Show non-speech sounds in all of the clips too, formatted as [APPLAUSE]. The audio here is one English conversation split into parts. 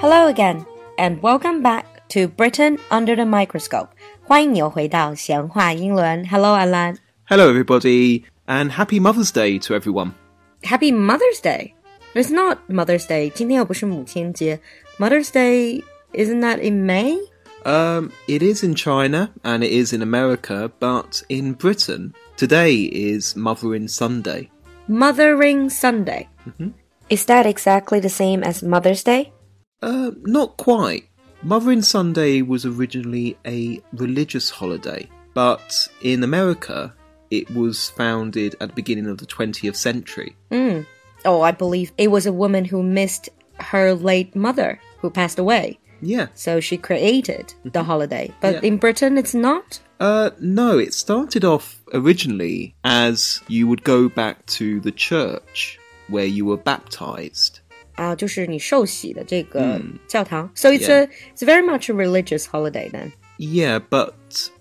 Hello again, and welcome back to Britain under the microscope. 欢迎又回到闲话英伦。Hello, Alan. Hello, everybody, and happy Mother's Day to everyone. Happy Mother's Day. But it's not Mother's Day. 今天又不是母亲节。Mother's Day isn't that in May? Um, it is in China and it is in America, but in Britain, today is Mothering Sunday. Mothering Sunday. Is that exactly the same as Mother's Day? Uh, not quite. Mothering Sunday was originally a religious holiday, but in America, it was founded at the beginning of the 20th century. Oh, I believe it was a woman who missed her late mother who passed away. Yeah. So she created the holiday. But Yeah. in Britain, it's not? Uh, no, it started off originally as you would go back to the church where you were baptized. 啊，就是你受洗的这个教堂。So it's a it's very much a religious holiday then. Yeah, but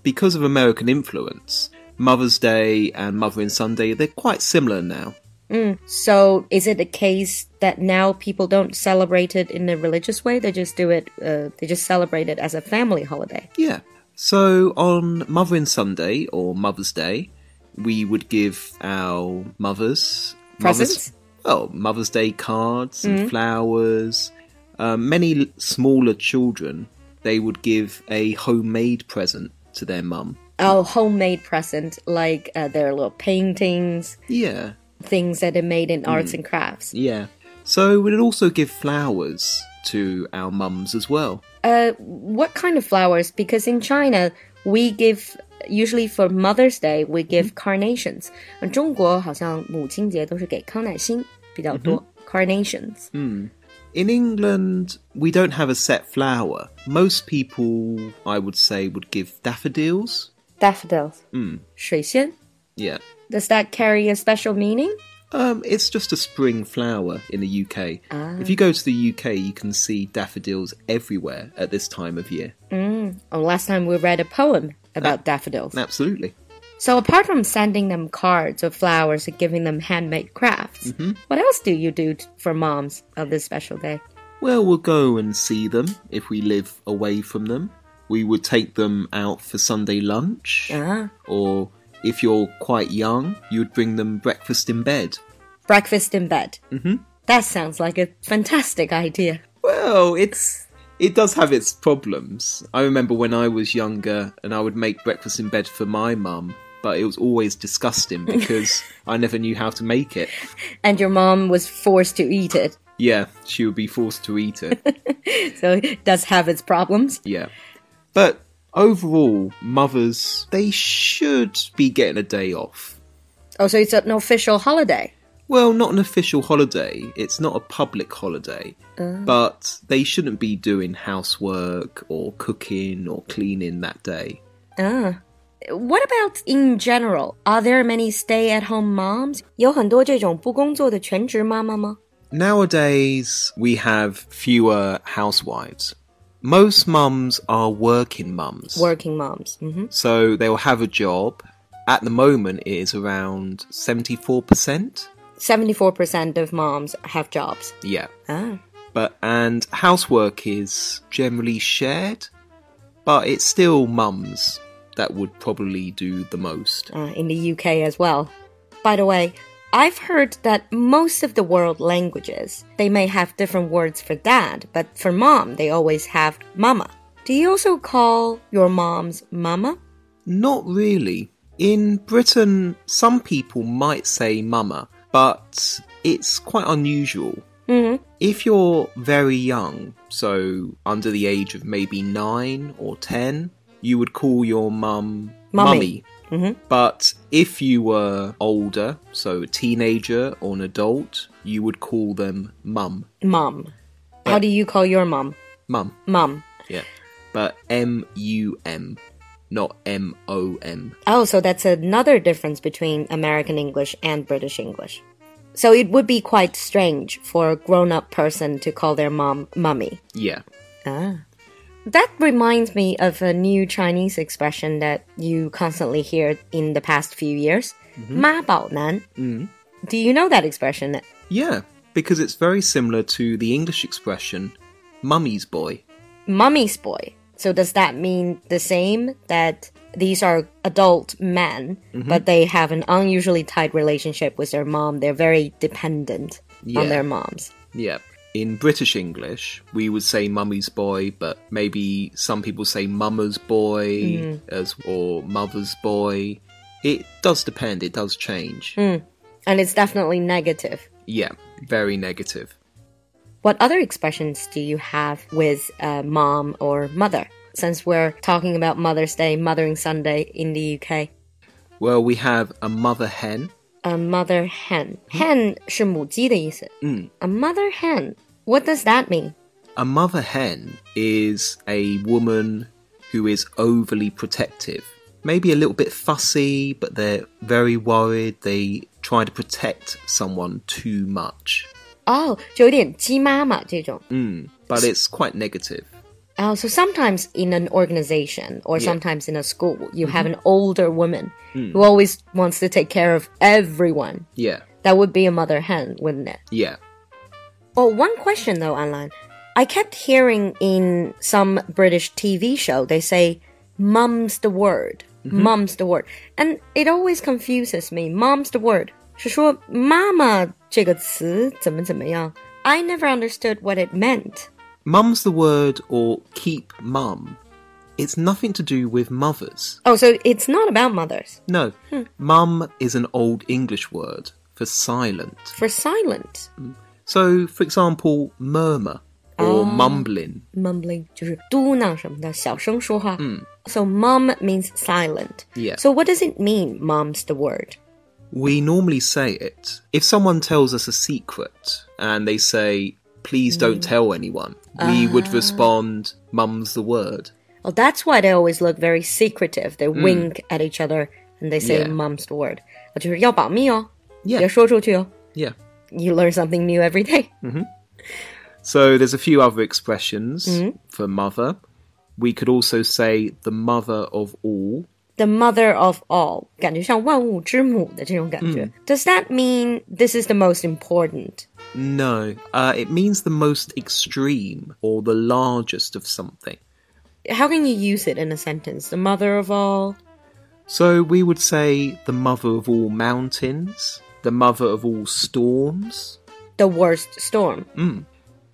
because of American influence, Mother's Day and Mothering Sunday, they're quite similar now. So is it a case that now people don't celebrate it in a religious way? They just do it. Uh, they just celebrate it as a family holiday. Yeah. So on Mothering Sunday or Mother's Day, we would give our mothers Presents? Mother's, well, Mother's Day cards and flowers. Uh, many l- smaller children, they would give a homemade present to their mum. Oh, homemade present like uh, their little paintings, Yeah, things that are made in arts and crafts. yeah. So we'd also give flowers to our mums as well. Uh, what kind of flowers? Because in China, we give usually for Mother's Day we give carnations. 中国好像母亲节都是给康乃馨比较多 carnations. In England, we don't have a set flower. Most people, I would say, would give daffodils. Daffodils. 水仙. Yeah. Does that carry a special meaning? Um, it's just a spring flower in the UK. If you go to the UK, you can see daffodils everywhere at this time of year. Oh, last time we read a poem about daffodils. Absolutely. So apart from sending them cards or flowers and giving them handmade crafts, what else do you do t- for moms on this special day? Well, we'll go and see them if we live away from them. We would take them out for Sunday lunch. Ah. Or if you're quite young, you would bring them breakfast in bed. Breakfast in bed. Mm-hmm. That sounds like a fantastic idea. Well, it's it does have its problems. I remember when I was younger and I would make breakfast in bed for my mum, but it was always disgusting [LAUGHS] because I never knew how to make it. And your mom was forced to eat it, Yeah, she would be forced to eat it. so it does have its problems. Yeah. But overall, mothers they should be getting a day off. Oh, so it's an official holiday. Well, not an official holiday. It's not a public holiday. But they shouldn't be doing housework or cooking or cleaning that day. Ah. What about in general? Are there many stay-at-home moms? 有很多这种不工作的全职妈妈吗？ Nowadays, we have fewer housewives. Most mums are working mums. Working moms. hmm So they'll have a job. At the moment, it is around 74%. 74% of moms have jobs. Yeah. Ah. But, and housework is generally shared, but it's still mums that would probably do the most. uh, in the UK as well. By the way, I've heard that most of the world languages they may have different words for dad, but for mom they always have mama. Do you also call your moms mama? Not really. In Britain, some people might say mama, but it's quite unusual. If you're very young, so under the age of maybe nine or ten, you would call your mum Mummy. mummy. But if you were older, so a teenager or an adult, you would call them mum. Mom. How do you call your mom? Mum, Mom. yeah. But M U M, not M O M. Oh, so that's another difference between American English and British English. So it would be quite strange for a grown up person to call their mom mummy. Yeah. Ah. That reminds me of a new Chinese expression that you constantly hear in the past few years. Ma Bao Nan. Do you know that expression? Yeah, because it's very similar to the English expression mummy's boy. mummy's boy. So does that mean the same that these are adult men, but they have an unusually tight relationship with their mom? They're very dependent Yeah. on their moms. Yeah. In British English, we would say mummy's boy, but maybe some people say mummer's boy as or mother's boy. It does depend, it does change. And it's definitely negative. Yeah, very negative. What other expressions do you have with uh, mom or mother? Since we're talking about Mother's Day, Mothering Sunday in the UK, Well, we have a mother hen. a mother hen. Hen 是母鸡的意思. A mother hen. What does that mean? A mother hen is a woman who is overly protective. Maybe a little bit fussy, but they're very worried. They try to protect someone too much. 哦，Oh, 就有点鸡妈妈这种。 Mm, but it's quite negative. Oh, so sometimes in an organization or Yeah. sometimes in a school, you have an older woman who always wants to take care of everyone. Yeah, That would be a mother hen, wouldn't it? yeah. Oh, one question though, Alan. I kept hearing in some British TV show they say "mum's the word," "mum's the word," and it always confuses me. "Mum's the word" 是说妈妈这个词怎么怎么样。I never understood what it meant. Mum's the word or keep mum. It's nothing to do with mothers. Oh, so it's not about mothers. No, mum is an old English word for silent. for silent So, for example, murmur or mumbling. mumbling 就是嘟囔什么的，小声说话。So mum means silent. Yeah. So what does it mean? Mum's the word. We normally say it. If someone tells us a secret and they say, please don't tell anyone, we would respond, mum's the word. Well, that's why they always look very secretive. They wink at each other and they say Hmm. Yeah. mum's the word. 就是要保密哦 Yeah, 别说出去哦。 yeah. You learn something new every day. [LAUGHS] So there's a few other expressions for mother. We could also say the mother of all. The mother of all 感觉像万物之母的这种感觉。Does Hmm. that mean this is the most important? No, uh, it means the most extreme or the largest of something. How can you use it in a sentence? The mother of all. So we would say the mother of all mountains, the mother of all storms, the worst storm. Mm.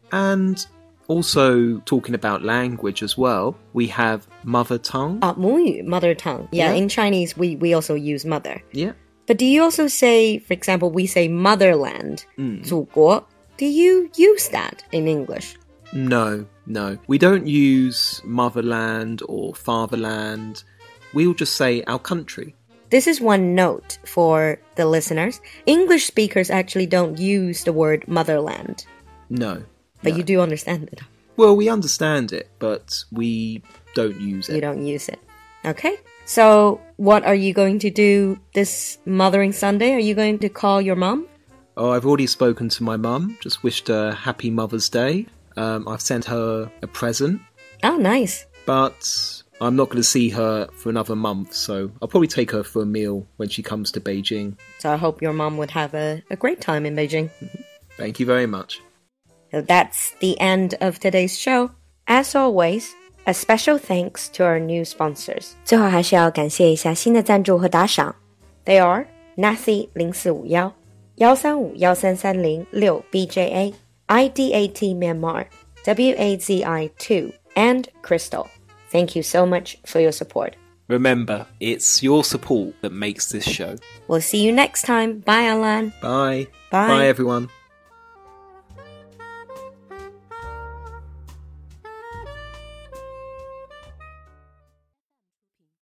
and also talking about language as well, we have mother tongue. Uh, 母语, mother tongue. Yeah, Yeah. in Chinese, we, we also use mother. Yeah. But do you also say, for example, we say motherland, 祖国? Do you use that in English? No, no. We don't use motherland or fatherland. We'll just say our country. This is one note for the listeners. English speakers actually don't use the word motherland, No. but you do understand it. Well, we understand it, but we don't use You it. don't use it. Okay? So, what are you going to do this Mothering Sunday? Are you going to call your mom? Oh, I've already spoken to my mum, just wished her happy Mother's Day. Um, I've sent her a present. Oh, nice. but I'm not going to see her for another month, so I'll probably take her for a meal when she comes to Beijing. So I hope your mom would have a, a great time in Beijing. Thank you very much. So that's the end of today's show. As always, a special thanks to our new sponsors. 最后还是要感谢一下新的赞助和打赏。They are Nathy 0451, 1351330 BJA, IDAT Myanmar, WAZI2, and Crystal. Thank you so much for your support. Remember, it's your support that makes this show. We'll see you next time. Bye, Alan. Bye. Bye. Bye, everyone.